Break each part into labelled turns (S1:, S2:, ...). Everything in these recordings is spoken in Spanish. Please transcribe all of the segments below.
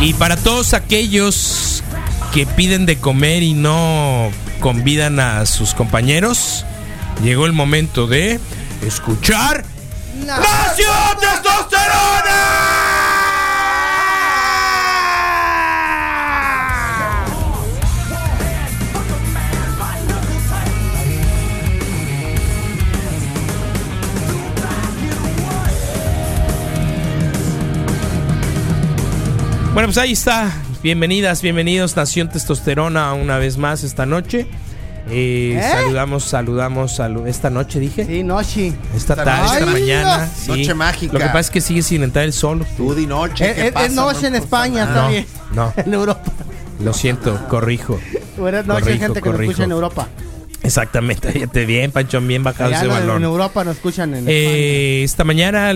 S1: Y para todos aquellos que piden de comer y no convidan a sus compañeros, llegó el momento de escuchar
S2: No.
S1: Nación Testosterona. Bueno, pues ahí está. Bienvenidas, bienvenidos Nación Testosterona una vez más esta noche. Eh,
S2: ¿Eh?
S1: Saludamos, saludamos, salu- esta noche dije.
S2: Sí, Noshi.
S1: Esta
S3: Esta
S1: tarde,
S3: noche.
S1: esta
S2: Ay,
S1: mañana.
S2: Dios.
S1: sí.
S3: Noche mágica.
S1: Lo que pasa es que sigue sin entrar el sol.
S3: Tú di noche.
S2: Es-
S3: ¿qué
S2: es-
S3: pasa?
S2: eh, es noche
S3: No
S2: en
S3: me gusta
S2: España,
S3: nada.
S2: está
S1: No,
S2: Ah,
S1: no.
S2: bien. En Europa.
S1: Lo siento, corrijo.
S2: Buenas noches,
S1: Corrijo,
S2: gente que nos
S1: corrijo.
S2: escucha en Europa.
S1: Exactamente, fíjate bien, Panchón, bien bajado
S2: Allá
S1: ese
S2: no- en
S1: balón.
S2: Europa nos escuchan en
S1: Eh, esta mañana,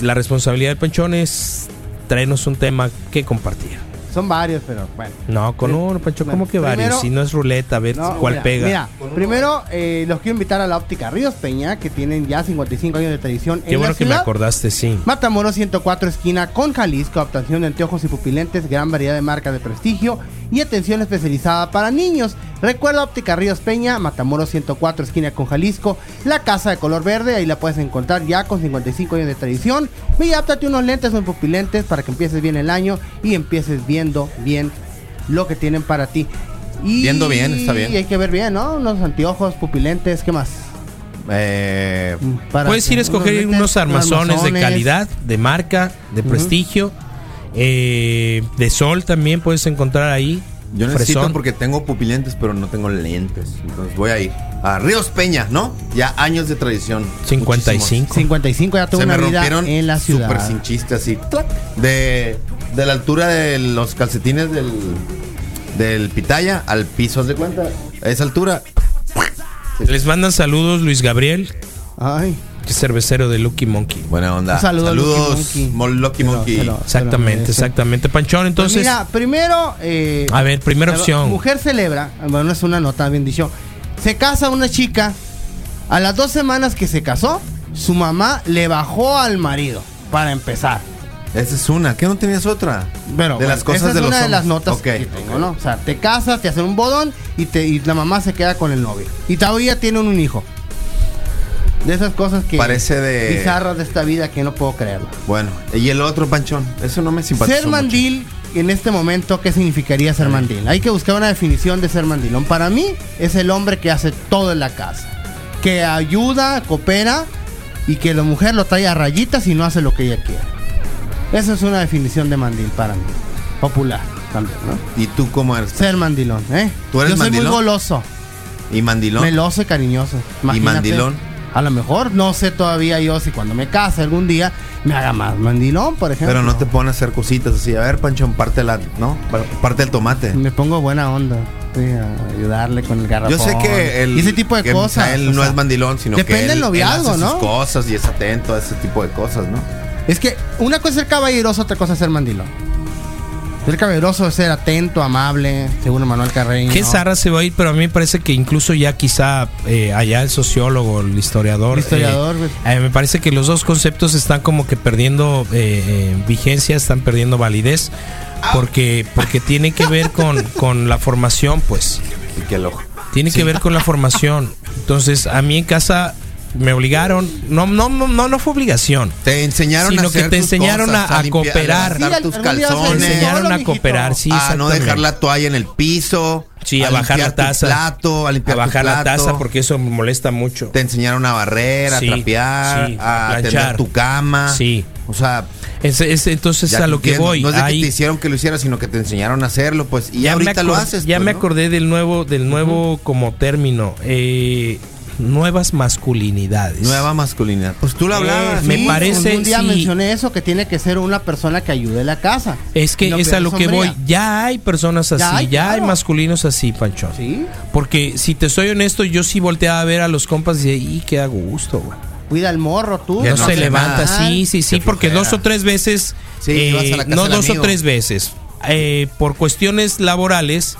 S1: la responsabilidad del Panchón es traernos un tema que compartir.
S2: España. Son varios, pero bueno.
S1: No, con
S2: Sí.
S1: uno, Panchón, ¿cómo que
S2: Eh, Primero-
S1: varios? Si no es ruleta, a ver
S2: No,
S1: cuál
S2: mira,
S1: pega.
S2: Mira, primero eh, los quiero invitar a la óptica Ríos Peña, que tienen ya 55 años de tradición.
S1: Qué
S2: en
S1: bueno
S2: la
S1: que me
S2: ciudad.
S1: acordaste, sí.
S2: Matamoros 104 esquina con Jalisco, obtención de anteojos y pupilentes, gran variedad de marcas de prestigio y atención especializada para niños. Recuerda Óptica Ríos Peña, Matamoros 104 esquina con Jalisco, la casa de color verde, ahí la puedes encontrar ya con 55 años de tradición. Y aptate unos lentes o pupilentes para que empieces bien el año y empieces viendo bien lo que tienen para ti. Y
S3: Viendo bien, está bien.
S2: Y hay que ver bien, ¿no? Unos anteojos, pupilentes, ¿qué más? Mm,
S3: Eh,
S2: Para
S1: Puedes
S2: que-
S1: ir a escoger
S2: lentes,
S1: unos armazones de
S2: armazones.
S1: calidad, de marca, de prestigio, eh, de sol también puedes encontrar ahí.
S3: yo necesito
S1: Fresón.
S3: porque tengo pupilentes, pero no tengo lentes. Entonces voy a ir a Ríos Peña, ¿no? Ya años de tradición.
S1: 55.
S2: 55 ya tuvo
S3: Se me
S2: una vida
S3: rompieron
S2: en la ciudad.
S3: Súper sin chiste, así. ¡tlac! De, de la altura de los calcetines del, del pitaya al piso, haz de cuenta. A esa altura.
S1: Les mandan saludos Luis Gabriel,
S2: Ay,
S1: que es cervecero de Lucky Monkey.
S3: Buena onda.
S2: Un saludo a Lucky
S3: Saludos,
S2: Monkey.
S3: Mo- Lucky
S2: Pero-
S3: Monkey.
S2: pero-
S1: Exactamente,
S2: Pero,
S1: exactamente. Panchón,
S2: pues
S1: entonces,
S2: mira, primero. eh,
S1: a ver, primera
S2: la-
S1: opción.
S2: Mujer celebra. Bueno, es una nota, bien dicho. Se casa una chica. A las dos semanas que se casó, su mamá le bajó al marido. Para empezar.
S3: Esa es una. ¿Qué no tenías otra?
S2: Pero,
S3: de
S2: bueno,
S3: las cosas
S2: esa es
S3: de los
S2: una de
S3: hombres.
S2: las notas
S3: Ok,
S2: que tengo,
S3: ok.
S2: ¿no? O sea, te casas, te hacen un bodón y, te, y la mamá se queda con el novio. Y todavía tienen un hijo. De esas cosas que.
S3: Parece de-
S2: Bizarras de esta vida que no puedo creerlo.
S3: Bueno, y el otro panchón. Eso no me simpatizó.
S2: Ser
S3: mucho.
S2: mandil, en este momento, ¿qué significaría ser mandil? Hay que buscar una definición de ser mandilón. Para mí, es el hombre que hace todo en la casa. Que ayuda, coopera y que la mujer lo trae a rayitas y no hace lo que ella quiere. Esa es una definición de mandil para mí. Popular también, ¿no?
S3: ¿Y tú cómo eres?
S2: Ser mandilón, ¿eh?
S3: ¿Tú eres
S2: Yo soy
S3: mandilón?
S2: muy goloso,
S3: ¿Y mandilón?
S2: meloso y cariñoso. Imagínate.
S3: mandilón?
S2: A lo mejor, no sé todavía yo si cuando me case algún día me haga más mandilón, por ejemplo.
S3: Pero no te pones a hacer cositas así. A ver, panchón, parte la, ¿no? Parte el tomate.
S2: Me pongo buena onda. sí, a ayudarle con el garrafón.
S3: Yo sé que el,
S2: Y ese tipo de
S3: que
S2: cosas.
S3: Él
S2: o
S3: no
S2: sea,
S3: es mandilón, sino
S2: depende
S3: que él,
S2: del noviazgo,
S3: él hace
S2: ¿no?
S3: sus cosas y es atento a ese tipo de cosas, ¿no?
S2: Es que una cosa es ser caballeroso, otra cosa es ser mandilón. Ser caballeroso es ser atento, amable, según Manuel Carreño.
S1: ¿Qué zarra se va a ir? Pero a mí me parece que incluso ya quizá eh, allá el sociólogo, el historiador.
S2: El historiador, güey.
S1: eh, eh, me parece que los dos conceptos están como que perdiendo eh, eh, vigencia, están perdiendo validez. Porque, porque tiene que ver con, con la formación, pues.
S3: Y que lo.
S1: Tiene que ver con la formación. Entonces, a mí en casa me obligaron, no, no, no, no, no fue obligación.
S3: Te enseñaron
S1: Sino
S3: a
S1: que
S3: hacer
S1: te
S3: tus
S1: enseñaron
S3: cosas,
S1: a- a
S3: limpiar,
S1: cooperar.
S3: a
S2: Sí,
S3: lavar tus
S2: algún
S1: Me
S2: día se Con el-
S3: calzones.
S1: enseñaron a
S2: mijito.
S1: cooperar, sí,
S3: a no
S1: exactamente.
S3: dejar la toalla en el piso.
S1: Sí, a, bajar la
S3: limpiar tu
S1: taza.
S3: Plato, a limpiar
S1: a
S3: tu
S1: bajar la
S3: plato.
S1: taza porque eso me molesta mucho.
S3: Te enseñaron a barrer, a
S1: Sí,
S3: trapear,
S1: sí, a
S3: a,
S1: planchar.
S3: atender tu cama.
S1: Sí.
S3: O sea,
S1: Es- es- entonces,
S3: ya
S1: a
S3: te
S1: lo que
S3: entiendo.
S1: voy.
S3: No es de
S1: ahí-
S3: que te hicieron que lo hicieras, sino que te enseñaron a hacerlo, pues. Y ahorita
S1: me acor-
S3: lo haces.
S1: Ya
S3: pues,
S1: me
S3: ¿no?
S1: acordé del nuevo, del nuevo como término. eh, nuevas masculinidades.
S3: Nueva masculinidad. Pues tú lo
S1: Eh,
S3: hablabas.
S1: me
S3: sí.
S1: parece-
S2: Un día
S1: sí.
S2: mencioné eso, que tiene que ser una persona que ayude la casa.
S1: Es
S2: Y
S1: que
S2: no
S1: es a
S2: pierda
S1: lo que voy.
S2: sombría.
S1: Ya hay personas así, ya
S2: Ya
S1: hay,
S2: hay, claro.
S1: masculinos así, Pancho.
S2: Sí,
S1: Porque si te soy honesto, yo sí volteaba a ver a los compas y decía, y qué a gusto, güey.
S2: cuida el morro tú.
S3: Que
S1: no,
S3: no
S1: se
S3: hace
S1: levanta,
S3: nada.
S1: sí, sí, sí,
S3: Qué
S1: porque
S3: flojera.
S1: dos o tres veces,
S3: Sí,
S1: eh,
S3: ibas a la casa
S1: no
S3: del
S1: dos o
S3: amigo.
S1: tres veces, eh, por cuestiones laborales,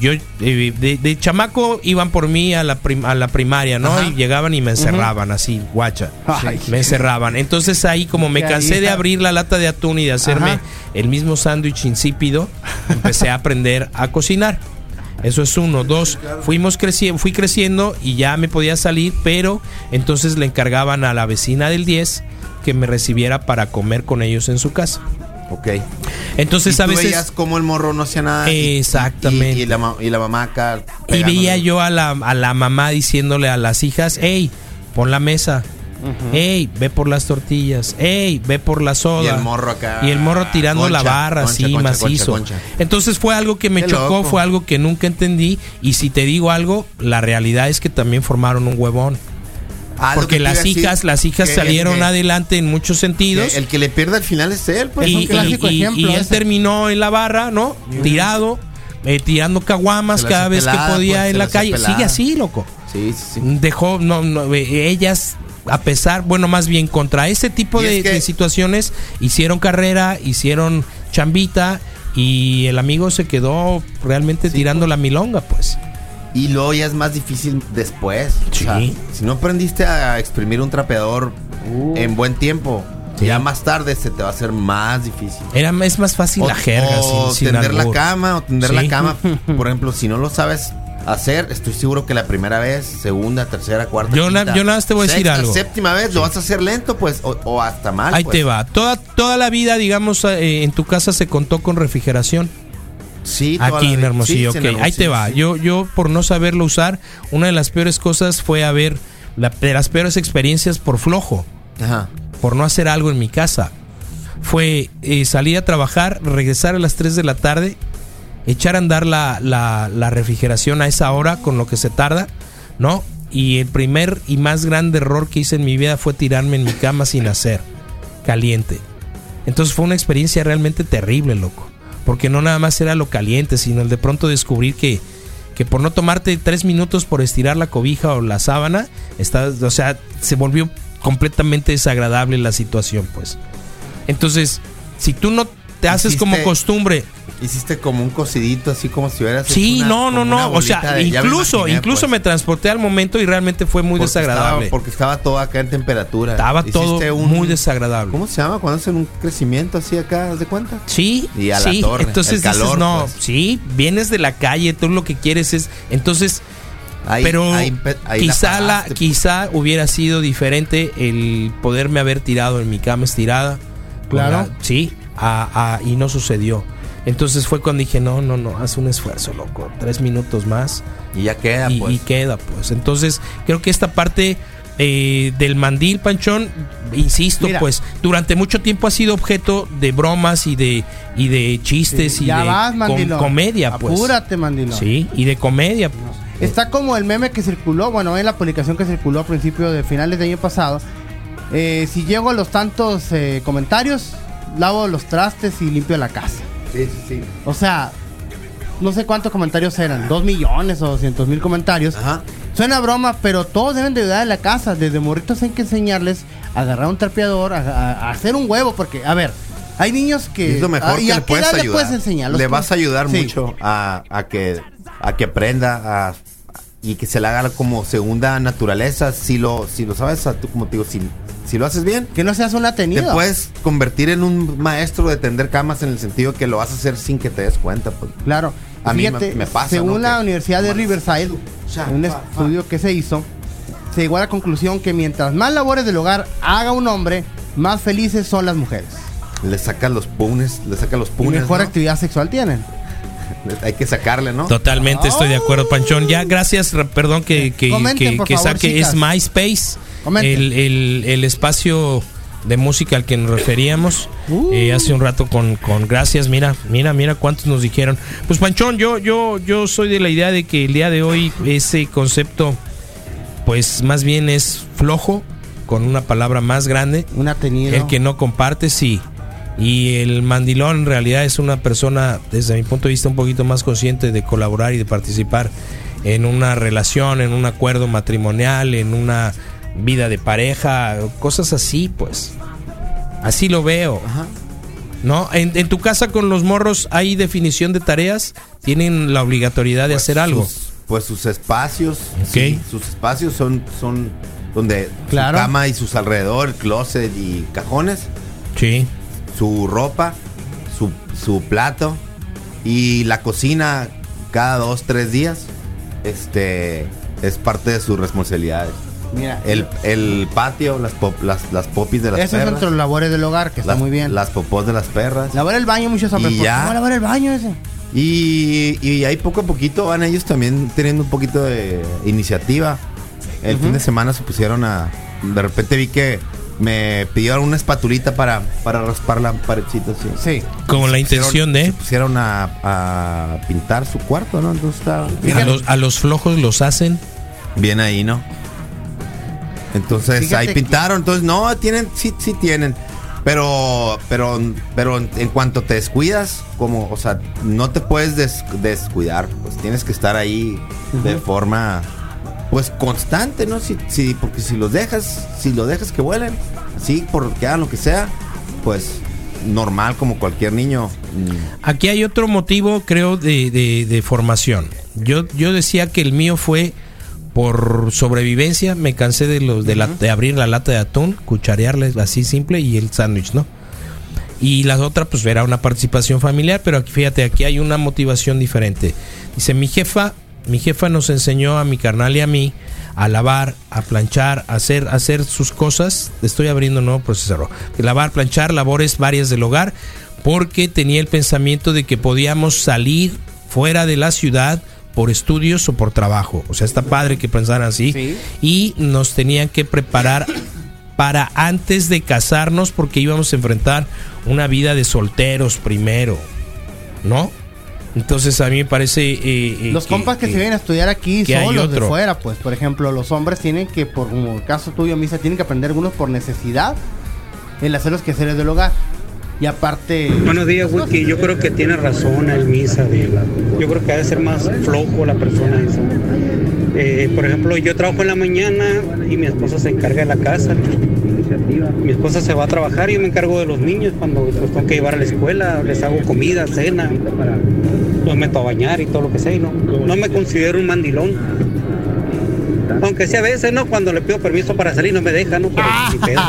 S1: yo eh, de, de chamaco iban por mí a la, prim- a la primaria, ¿no?
S2: Ajá.
S1: Y llegaban y me encerraban así, guacha.
S2: Ay.
S1: Sí, Me encerraban. Entonces ahí como me
S2: Ya,
S1: cansé de
S2: hija.
S1: abrir la lata de atún y de hacerme
S2: Ajá.
S1: el mismo sándwich insípido, empecé a aprender a cocinar. Eso es uno. Dos, fuimos creciendo, fui creciendo y ya me podía salir, pero entonces le encargaban a la vecina del 10 que me recibiera para comer con ellos en su casa.
S3: Ok.
S1: Entonces
S3: Y
S1: a
S3: tú
S1: veces...
S3: veías como el morro no hacía nada. y-
S1: Exactamente.
S3: Y, y la, ma- y la mamá acá.
S1: Y
S3: pegándole.
S1: veía yo a la, a la mamá diciéndole a las hijas, hey, pon la mesa. Hey, ve por las tortillas. Hey, ve por la soda.
S3: Y el morro acá.
S1: Y el morro tirando
S3: Concha,
S1: la barra
S3: concha,
S1: así,
S3: concha,
S1: macizo.
S3: concha, concha.
S1: Entonces fue algo que me
S3: Qué
S1: chocó,
S3: loco.
S1: fue algo que nunca entendí. Y si te digo algo, la realidad es que también formaron un huevón.
S3: Ah, lo
S1: porque
S3: que te iba
S1: las
S3: a decir,
S1: hijas, las hijas
S3: que-
S1: salieron
S3: que-
S1: adelante en muchos sentidos.
S3: que El que le pierde al final es él, pues.
S2: es
S1: y,
S2: un clásico
S1: y- y-
S2: ejemplo
S1: y él
S2: ese.
S1: terminó en la barra, ¿no? Tirado, eh, tirando caguamas
S3: Se la
S1: cada
S3: hace
S1: vez que
S3: pelada,
S1: podía
S3: pues, se
S1: en
S3: la
S1: la
S3: hace
S1: calle.
S3: pelada.
S1: Sigue así, loco.
S3: Sí, sí, sí.
S1: Dejó, no, no, eh, ellas, a pesar, bueno, más bien contra ese tipo
S3: Y
S1: de,
S3: es que-
S1: de situaciones, hicieron carrera, hicieron chambita y el amigo se quedó realmente tirando la milonga, pues.
S3: Y luego ya es más difícil después.
S1: Sí.
S3: si no aprendiste a exprimir un trapeador en buen tiempo,
S1: Sí.
S3: ya más tarde se te va a hacer más difícil.
S1: Era, es más fácil
S3: o,
S1: la jerga,
S3: o
S1: sin, sin
S3: tender la
S1: albur.
S3: cama, o tender
S1: Sí.
S3: la cama. Por ejemplo, si no lo sabes hacer, estoy seguro que la primera vez, segunda, tercera, cuarta,
S1: Yo na- yo nada más te voy a decir
S3: sexta,
S1: algo.
S3: séptima vez lo vas a hacer lento, pues, o, o hasta mal.
S1: Ahí
S3: pues.
S1: te va. Toda, toda la vida, digamos, eh, en tu casa se contó con refrigeración.
S3: Sí, toda
S1: Aquí
S3: la-
S1: en Hermosillo,
S3: sí,
S1: ok.
S3: en
S1: Ahí
S3: Hermosillo,
S1: te va.
S3: sí.
S1: Yo, yo, por no saberlo usar, una de las peores cosas fue haber la- de las peores experiencias por flojo,
S3: Ajá.
S1: por no hacer algo en mi casa. Fue eh, salir a trabajar, regresar a las 3 de la tarde, echar a andar la, la- la refrigeración a esa hora con lo que se tarda, ¿no? Y el primer y más grande error que hice en mi vida fue tirarme en mi cama sin hacer, caliente. Entonces fue una experiencia realmente terrible, loco. Porque no nada más era lo caliente, sino el de pronto descubrir que, que por no tomarte tres minutos por estirar la cobija o la sábana, estás, o sea, se volvió completamente desagradable la situación, pues. Entonces, si tú no te haces como
S3: Hiciste-
S1: costumbre
S3: Hiciste como un cocidito, así como si hubieras.
S1: Sí,
S3: hecho una-
S1: no, no,
S3: como una
S1: no. O sea,
S3: bolita de- ya me
S1: incluso,
S3: imaginé,
S1: incluso
S3: pues.
S1: me transporté al momento y realmente fue muy
S3: Porque
S1: desagradable.
S3: estaba- porque estaba todo acá en temperatura.
S1: Estaba todo
S3: Hiciste un-
S1: muy desagradable.
S3: ¿Cómo se llama cuando hacen un crecimiento así acá? ¿Haz de cuenta?
S1: Sí,
S3: Y a la
S1: sí.
S3: torre,
S1: entonces
S3: el calor,
S1: dices, no,
S3: pues.
S1: sí, vienes de la calle, tú lo que quieres es, entonces,
S3: Ahí-
S1: pero
S3: ahí empe- ahí
S1: quizá la,
S3: pagaste, pues.
S1: quizá hubiera sido diferente el poderme haber tirado en mi cama estirada, con
S2: Claro.
S1: la- sí, a- a- y no sucedió. Entonces fue cuando dije, no, no, no, haz un esfuerzo, loco, tres minutos más.
S3: Y ya queda,
S1: y,
S3: pues.
S1: y queda, pues. Entonces, creo que esta parte eh, del mandil, Panchón, insisto,
S2: Mira.
S1: pues, durante mucho tiempo ha sido objeto de bromas y de, y de chistes y
S2: ya
S1: de
S2: vas,
S1: com-
S2: mandilón.
S1: comedia, pues.
S2: Apúrate, mandilón.
S1: Sí, y de comedia, pues.
S2: Está como el meme que circuló, bueno, en la publicación que circuló a principios de finales de año pasado. Eh, si llego a los tantos eh, comentarios, lavo los trastes y limpio la casa.
S3: Sí, sí, sí.
S2: O sea, no sé cuántos comentarios eran, dos millones o doscientos mil comentarios.
S3: Ajá.
S2: Suena broma, pero todos deben de ayudar en la casa. Desde morritos hay que enseñarles a agarrar un trapeador, a, a- a hacer un huevo, porque, a ver, hay niños que.
S3: es lo mejor
S2: ah, ¿y
S3: que
S2: a
S3: le
S2: qué
S3: puedes
S2: edad
S3: ayudar.
S2: Le puedes enseñar? Los
S3: Le
S2: tres-
S3: vas a ayudar
S2: Sí.
S3: mucho a, a que a que aprenda a- y que se le haga como segunda naturaleza. Si lo, si lo sabes, a tú, como te digo, si, si lo haces bien,
S2: Que no seas un
S3: te
S2: atenido.
S3: puedes convertir en un maestro de tender camas en el sentido que lo vas a hacer sin que te des cuenta. Pues.
S2: Claro.
S3: A mí me- me pasa,
S2: Según
S3: ¿no?
S2: la
S3: Que-
S2: Universidad de Riverside,
S3: Cha,
S2: en un
S3: fa, fa.
S2: estudio que se hizo, se llegó a la conclusión que mientras más labores del hogar haga un hombre, más felices son las mujeres.
S3: Le saca los punes, le saca los
S2: Y
S3: punes.
S2: mejor
S3: ¿no?
S2: actividad sexual tienen.
S3: Hay que sacarle, ¿no?
S1: Totalmente estoy de acuerdo, Panchón. Ya, gracias, re- perdón que, que,
S2: Eh, Comenten,
S1: que-
S2: por
S1: que
S2: favor,
S1: saque. Es
S2: chicas.
S1: MySpace,
S2: Comenten.
S1: el, el- el espacio de música al que nos referíamos
S2: Uh.
S1: eh, hace un rato con, con gracias. Mira, mira, mira cuántos nos dijeron. Pues, Panchón, yo, yo, yo soy de la idea de que el día de hoy ese concepto, pues más bien es flojo, con una palabra más grande.
S2: Un atenido.
S1: El que no comparte, sí. Y el mandilón en realidad es una persona, desde mi punto de vista, un poquito más consciente de colaborar y de participar en una relación, en un acuerdo matrimonial, en una vida de pareja, cosas así, pues. Así lo veo.
S3: Ajá.
S1: ¿No? En, en tu casa con los morros hay definición de tareas, tienen la obligatoriedad de hacer algo.
S3: Pues, Sus- pues sus espacios.
S1: Ok.
S3: sí, sus espacios son, son donde
S2: Claro.
S3: su cama y sus alrededor, el closet y cajones,
S1: Sí.
S3: su ropa, su, su plato y la cocina cada dos, tres días. Este es parte de sus responsabilidades.
S2: Mira,
S3: El, el patio, las, pop- las, las popis de las
S2: esas son
S3: perras.
S2: nuestras labores del hogar, que está
S3: las,
S2: muy bien.
S3: Las popós de las perras.
S2: Lavar el baño, muchos
S3: Y
S2: hombres. ¿por qué
S3: ya.
S2: no lavar el baño ese?
S3: Y, y ahí poco a poquito van ellos también teniendo un poquito de iniciativa. El fin de semana se pusieron a. De repente vi que me pidieron una espatulita para, para raspar la paredcita. así.
S2: Sí.
S1: Con la
S3: Pusieron-
S1: intención
S3: Se
S1: de.
S3: pusieron a, a pintar su cuarto, ¿no? Entonces estaba
S1: A los, a los flojos los hacen.
S3: bien ahí, ¿no? Entonces
S2: Fíjate
S3: ahí
S2: que-
S3: pintaron. Entonces, no, tienen, sí, sí tienen. Pero, pero, pero en en cuanto te descuidas, como, o sea, no te puedes des- descuidar, pues tienes que estar ahí de forma, pues constante, ¿no? Si, si, porque si los dejas, si los dejas que vuelen, así, por que hagan lo que sea, pues normal como cualquier niño. mm,
S1: Aquí hay otro motivo, creo, de, de- de formación. Yo, yo decía que el mío fue por sobrevivencia. Me cansé de los de, la- de abrir la lata de atún, cucharearles así simple y el sándwich, ¿no? Y la otra, pues era una participación familiar, pero aquí, fíjate, aquí hay una motivación diferente. Dice, mi jefa, mi jefa nos enseñó a mi carnal y a mí a lavar, a planchar, a hacer, a hacer sus cosas. Estoy abriendo un nuevo procesador. Lavar, planchar, labores varias del hogar, porque tenía el pensamiento de que podíamos salir fuera de la ciudad por estudios o por trabajo. O sea, está padre que pensaran así.
S2: Sí.
S1: Y nos tenían que preparar para antes de casarnos porque íbamos a enfrentar una vida de solteros primero, ¿no? Entonces a mí me parece... eh, eh,
S2: Los compas que se vienen a estudiar aquí
S1: que hay
S2: solos de
S1: otro.
S2: fuera, pues, por ejemplo, los hombres tienen que, por como el caso tuyo, Misa, tienen que aprender algunos por necesidad el hacer los quehaceres del hogar. Y aparte,
S4: Buenos días, Wiki. Yo creo que tiene razón el misa. De la- yo creo que ha de ser más flojo la persona esa. Eh, por ejemplo, yo trabajo en la mañana y mi esposa se encarga de la casa. Mi esposa se va a trabajar y yo me encargo de los niños cuando los tengo que llevar a la escuela. Les hago comida, cena, los meto a bañar y todo lo que sea. y No, no me considero un mandilón. Aunque sí a veces, ¿no? Cuando le pido permiso para salir no me dejan, ¿no? Pero ni pedo.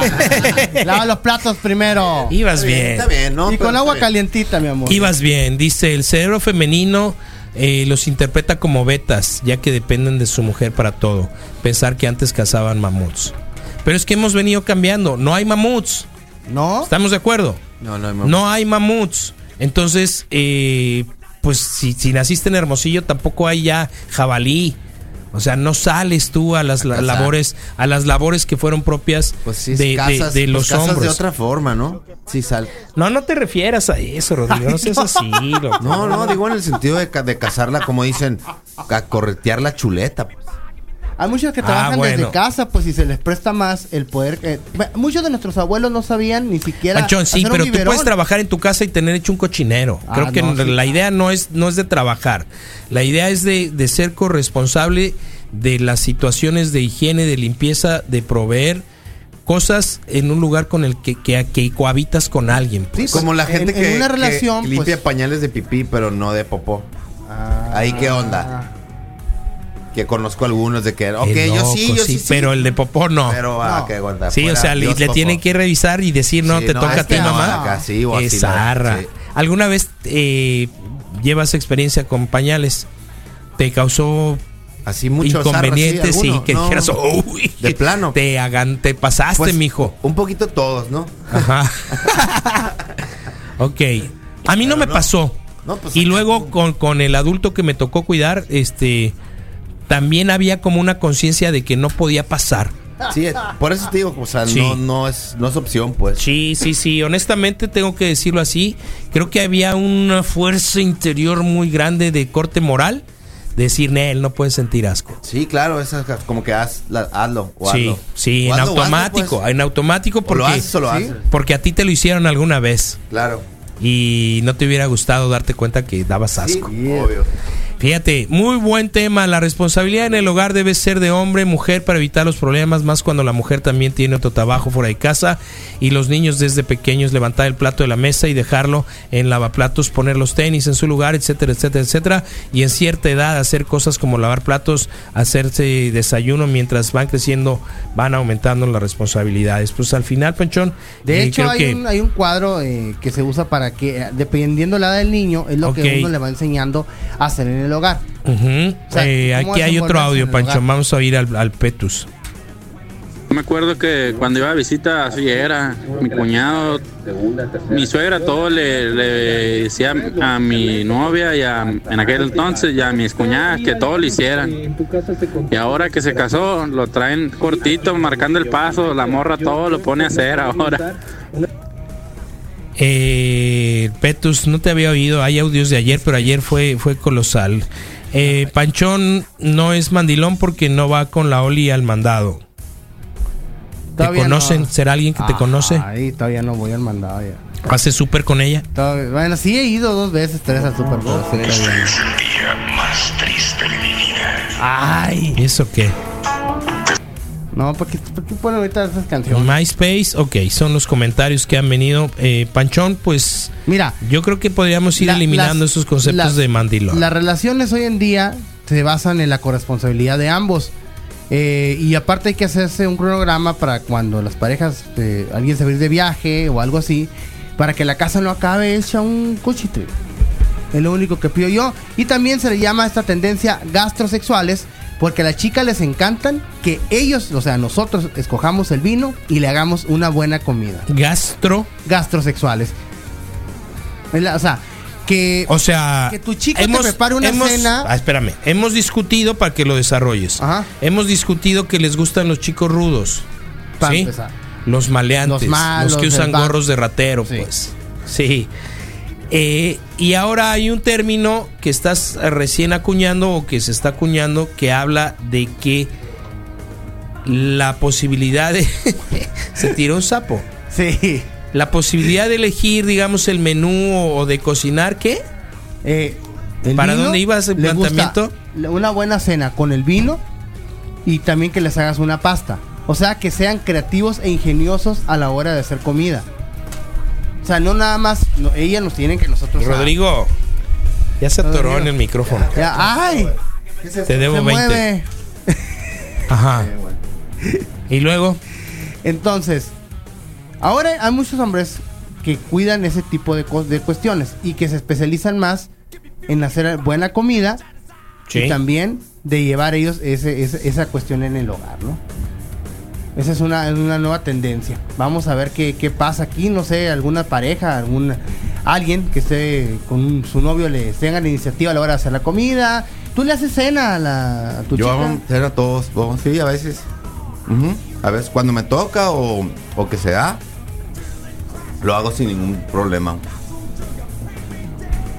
S2: lava los platos primero. Y,
S1: Ibas bien.
S3: Está bien, ¿no? Pero
S2: con
S3: está
S2: agua
S3: bien.
S2: calientita, mi amor.
S1: Ibas bien. Dice, el cerebro femenino eh, los interpreta como betas, ya que dependen de su mujer para todo. Pensar que antes cazaban mamuts. Pero es que hemos venido cambiando. No hay mamuts.
S2: ¿No?
S1: ¿Estamos de acuerdo?
S3: No, no,
S1: No hay mamuts. Entonces, eh, pues si, si naciste en Hermosillo, tampoco hay ya jabalí. O sea, no sales tú a las la-
S3: cazar.
S1: labores, a las labores que fueron propias
S3: Pues sí,
S1: de, de-
S3: casas,
S1: de
S3: pues
S1: los
S3: casas
S1: hombres.
S3: de otra forma, ¿no? Sí, sal.
S1: No, no te refieras a eso, Rodrigo. No seas así, loco.
S3: No, no, digo en el sentido de, ca- de cazarla, como dicen, a corretear la chuleta. pues.
S2: Hay muchos que
S1: Ah,
S2: trabajan
S1: bueno.
S2: desde casa, pues si se les presta más el poder. eh, bueno, muchos de nuestros abuelos no sabían ni siquiera.
S1: Panchón, sí,
S2: hacer un
S1: pero tú
S2: biberón.
S1: puedes trabajar en tu casa y tener hecho un cochinero.
S2: Ah,
S1: Creo que
S2: no, sí.
S1: la idea no es, no es de trabajar. La idea es de, de ser corresponsable de las situaciones de higiene, de limpieza, de proveer cosas en un lugar con el que, que, que cohabitas con alguien.
S2: Sí,
S3: Como la
S2: pues,
S3: gente
S2: en-
S3: que,
S2: En una
S3: que
S2: relación.
S3: limpia
S2: pues, Ah.
S3: pañales de pipí, pero no de popó. Ahí, ¿qué onda? Que conozco algunos de que, ok,
S1: Qué
S3: yo
S1: loco,
S3: sí, yo sí, sí,
S1: Pero el de popó no.
S3: pero ah,
S2: No.
S3: que aguanta,
S1: sí, o
S3: fuera,
S1: sea, le,
S3: Dios
S1: le
S3: popó.
S1: tienen que revisar y decir, no,
S3: Sí,
S1: te
S3: no,
S1: toca a
S3: este
S1: ti,
S3: no,
S1: mamá.
S3: acá sí o así
S1: Qué
S3: no,
S1: zarra.
S3: sí.
S1: ¿Alguna vez eh, llevas experiencia con pañales? ¿Te causó
S3: Así muchos
S1: inconvenientes y que dijeras,
S3: dijeras,
S1: uy,
S3: De plano. Pues,
S1: Te, hagan, te pasaste, mijo.
S3: Un poquito todos, ¿no?
S1: Ajá. ok. A mí no
S3: Pero
S1: me
S3: no.
S1: pasó.
S3: No, pues,
S1: y
S3: acá
S1: luego
S3: tú.
S1: con, con el adulto que me tocó cuidar, este también había como una conciencia de que no podía pasar.
S3: Sí, por eso te digo, o sea,
S1: Sí.
S3: no, no, es, no es opción, pues.
S1: Sí, sí, sí. Honestamente tengo que decirlo así. Creo que había una fuerza interior muy grande de corte moral. De decir, Nel, no puedes sentir asco.
S3: Sí, claro, es como que haz, la- hazlo o
S1: Sí,
S3: hazlo.
S1: sí,
S3: O
S1: en
S3: hazlo, o hazlo,
S1: automático.
S3: pues.
S1: En automático
S3: O
S1: porque,
S3: lo haces o lo
S2: ¿sí?
S3: haces.
S1: porque a ti te lo hicieron alguna vez
S3: Claro.
S1: y no te hubiera gustado darte cuenta que dabas asco.
S3: Obvio.
S1: Fíjate, muy buen tema. La responsabilidad en el hogar debe ser de hombre, mujer, para evitar los problemas, más cuando la mujer también tiene otro trabajo fuera de casa y los niños desde pequeños levantar el plato de la mesa y dejarlo en lavaplatos, poner los tenis en su lugar, etcétera, etcétera, etcétera. Y en cierta edad hacer cosas como lavar platos, hacerse desayuno mientras van creciendo, van aumentando las responsabilidades. Pues al final, Panchón,
S2: De
S1: eh,
S2: hecho,
S1: creo
S2: hay,
S1: que-
S2: un, hay un cuadro eh, que se usa para que, eh, dependiendo la edad del niño, es lo
S1: Ok.
S2: que uno le va enseñando a hacer en el hogar.
S1: Ujú.
S2: O sea,
S1: Eh,
S2: ¿cómo
S1: aquí hay otro
S2: desenvolverse en
S1: audio,
S2: el
S1: Panchón.
S2: hogar?
S1: Vamos a ir al, al Petus.
S5: Yo me acuerdo que cuando iba a visita así era, mi cuñado, mi suegra, todo le, le decía a mi novia y a, en aquel entonces y a mis cuñadas que todo lo hicieran. Y ahora que se casó, lo traen cortito, marcando el paso, la morra todo lo pone a hacer ahora.
S1: Eh, Petus, no te había oído. Hay audios de ayer, pero ayer fue, fue colosal. Eh, Panchón no es mandilón porque no va con la Oli al mandado. ¿Te
S2: Todavía
S1: conocen?
S2: no. Ah,
S1: ¿Será alguien que te conoce?
S2: Ay, todavía no voy al mandado ya.
S1: ¿Hace súper con ella?
S2: Todavía- bueno, sí he ido dos veces, tres al Super Bowl. sí, todavía no.
S1: Ay. ¿Eso qué?
S2: No, porque, porque ponen ahorita esas canciones.
S1: MySpace, ok, son los comentarios que han venido. Eh, Panchón, pues
S2: Mira,
S1: yo creo que podríamos ir
S2: la-
S1: eliminando
S2: las-
S1: esos conceptos
S2: las-
S1: de mandilón.
S2: Las relaciones hoy en día se basan en la corresponsabilidad de ambos. Eh, y aparte hay que hacerse un cronograma para cuando las parejas, eh, alguien se va a ir de viaje o algo así, para que la casa no acabe hecha un cochitre. Es lo único que pido yo. Y también se le llama a esta tendencia gastrosexuales, porque a las chicas les encantan que ellos, o sea, nosotros escojamos el vino y le hagamos una buena comida.
S1: Gastro,
S2: Gastrosexuales. Es la- O sea, que...
S1: o sea,
S2: Que tu chico te prepare una cena.
S1: Ah, espérame, hemos discutido para que lo desarrolles.
S2: Ajá.
S1: Hemos discutido que les gustan los chicos rudos,
S2: Para
S1: ¿sí?
S2: empezar.
S1: Los maleantes, los,
S2: Los malos,
S1: que usan
S2: del bar-
S1: gorros de ratero,
S2: Sí.
S1: pues. Sí. Eh, y ahora hay un término que estás recién acuñando o que se está acuñando que habla de que la posibilidad de... se tiró un sapo.
S2: Sí.
S1: La posibilidad de elegir, digamos, el menú o, o de cocinar, ¿qué?
S2: Eh, el
S1: ¿Para
S2: vino
S1: dónde ibas el
S2: le gusta
S1: planteamiento?
S2: la- Una buena cena con el vino y también que les hagas una pasta. O sea, que sean creativos e ingeniosos a la hora de hacer comida. O sea, no nada más no, ella nos tienen que nosotros.
S1: Rodrigo, ya se atoró
S2: Rodrigo.
S1: en el micrófono.
S2: Ya, ay,
S1: Te debo 20.
S2: se mueve.
S1: Ajá. Y luego,
S2: Entonces, ahora hay muchos hombres que cuidan ese tipo de, cos- de cuestiones y que se especializan más en hacer buena comida
S1: Sí.
S2: y también de llevar ellos ese- ese- esa cuestión en el hogar, ¿no? Esa es una, es una nueva tendencia. Vamos a ver qué, qué pasa aquí. No sé, alguna pareja, algún alguien que esté con un- su novio le tenga la iniciativa a la hora de hacer la comida. Tú le haces cena a, la, a tu
S3: Yo
S2: chica.
S3: hago cena a todos, oh, sí, a veces. Ujú. A veces cuando me toca o, o que se da, lo hago sin ningún problema.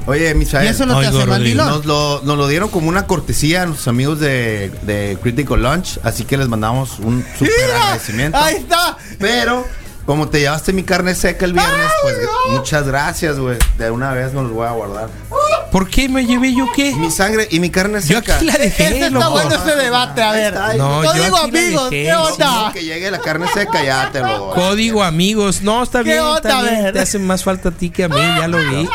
S3: Oye,
S2: Y
S3: Misael,
S2: eso no te
S1: Oigo,
S2: hace
S1: Rodrigo.
S2: mandilón.
S1: no-
S3: nos, lo, nos lo dieron como una cortesía a nuestros amigos de, de Critical Lunch, así que les mandamos un super
S2: ¡Mira!
S3: agradecimiento.
S2: Ahí está.
S3: Pero, como te llevaste mi carne seca el viernes, pues muchas gracias, güey. De una vez no los voy a guardar.
S1: ¿por qué me llevé yo qué?
S3: Mi sangre y mi carne
S1: Yo
S3: seca.
S1: aquí la dejé,
S2: Este está
S1: loco.
S2: bueno este debate, a ver.
S3: está, ahí
S1: No,
S2: yo
S1: yo
S2: digo
S1: aquí la
S2: amigos,
S1: dejé,
S2: ¿qué onda?
S3: No, que llegue la carne seca, ya te lo doy.
S1: Código amigos. No, está
S2: ¿Qué
S1: bien, está
S2: onda,
S1: bien.
S2: ver?
S1: Te hacen más falta a ti que a mí, ya lo vi.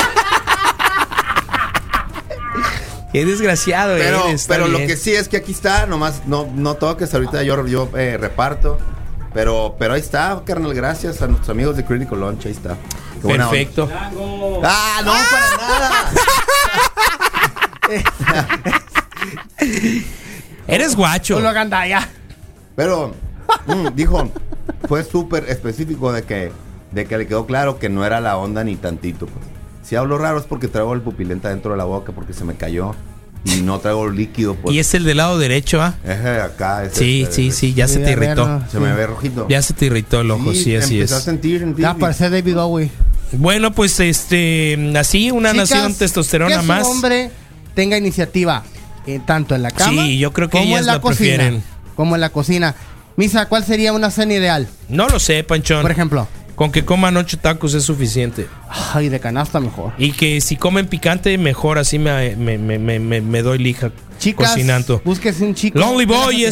S1: Qué desgraciado
S3: Pero,
S1: eres, está
S3: pero lo
S1: bien.
S3: que sí es que aquí está, nomás no, no toques, ahorita yo, yo eh, reparto. Pero, pero ahí está, carnal, gracias a nuestros amigos de Critical Launch, ahí está. Qué buena onda.
S1: Perfecto.
S3: Ah, no, para nada.
S1: Eres guacho.
S2: Tú Pues lo gandalla.
S3: Pero mm, dijo, fue súper específico de que, de que le quedó claro que no era la onda ni tantito. Pues. Si hablo raro es porque traigo el pupilenta dentro de la boca porque se me cayó y no traigo líquido. Pues.
S1: Y es el del lado derecho, ¿ah?
S3: Es de acá. es
S1: Sí,
S3: este,
S1: sí, sí, ya se
S2: Sí,
S1: te
S2: a ver,
S1: irritó.
S2: no.
S3: Se me ve rojito.
S1: Ya se te irritó el ojo, sí, así
S3: empezó a
S1: es.
S3: sentir, sentir.
S2: Ya parece David Bowie.
S1: Bueno, pues este, así, una
S2: Chicas,
S1: nación
S2: que
S1: testosterona
S2: su
S1: más.
S2: hombre tenga iniciativa eh, tanto en la cama
S1: Sí, yo creo que ellas la
S2: cocina.
S1: prefieren.
S2: Como en la cocina. Misa, ¿cuál sería una cena ideal?
S1: No lo sé, Panchón.
S2: Por ejemplo,
S1: Con que coman ocho tacos es suficiente.
S2: Ay, de canasta mejor.
S1: Y que si comen picante, mejor así me, me, me- me- me- me doy lija
S2: Chicas,
S1: cocinando.
S2: búsquese un chico.
S1: Lonely Boy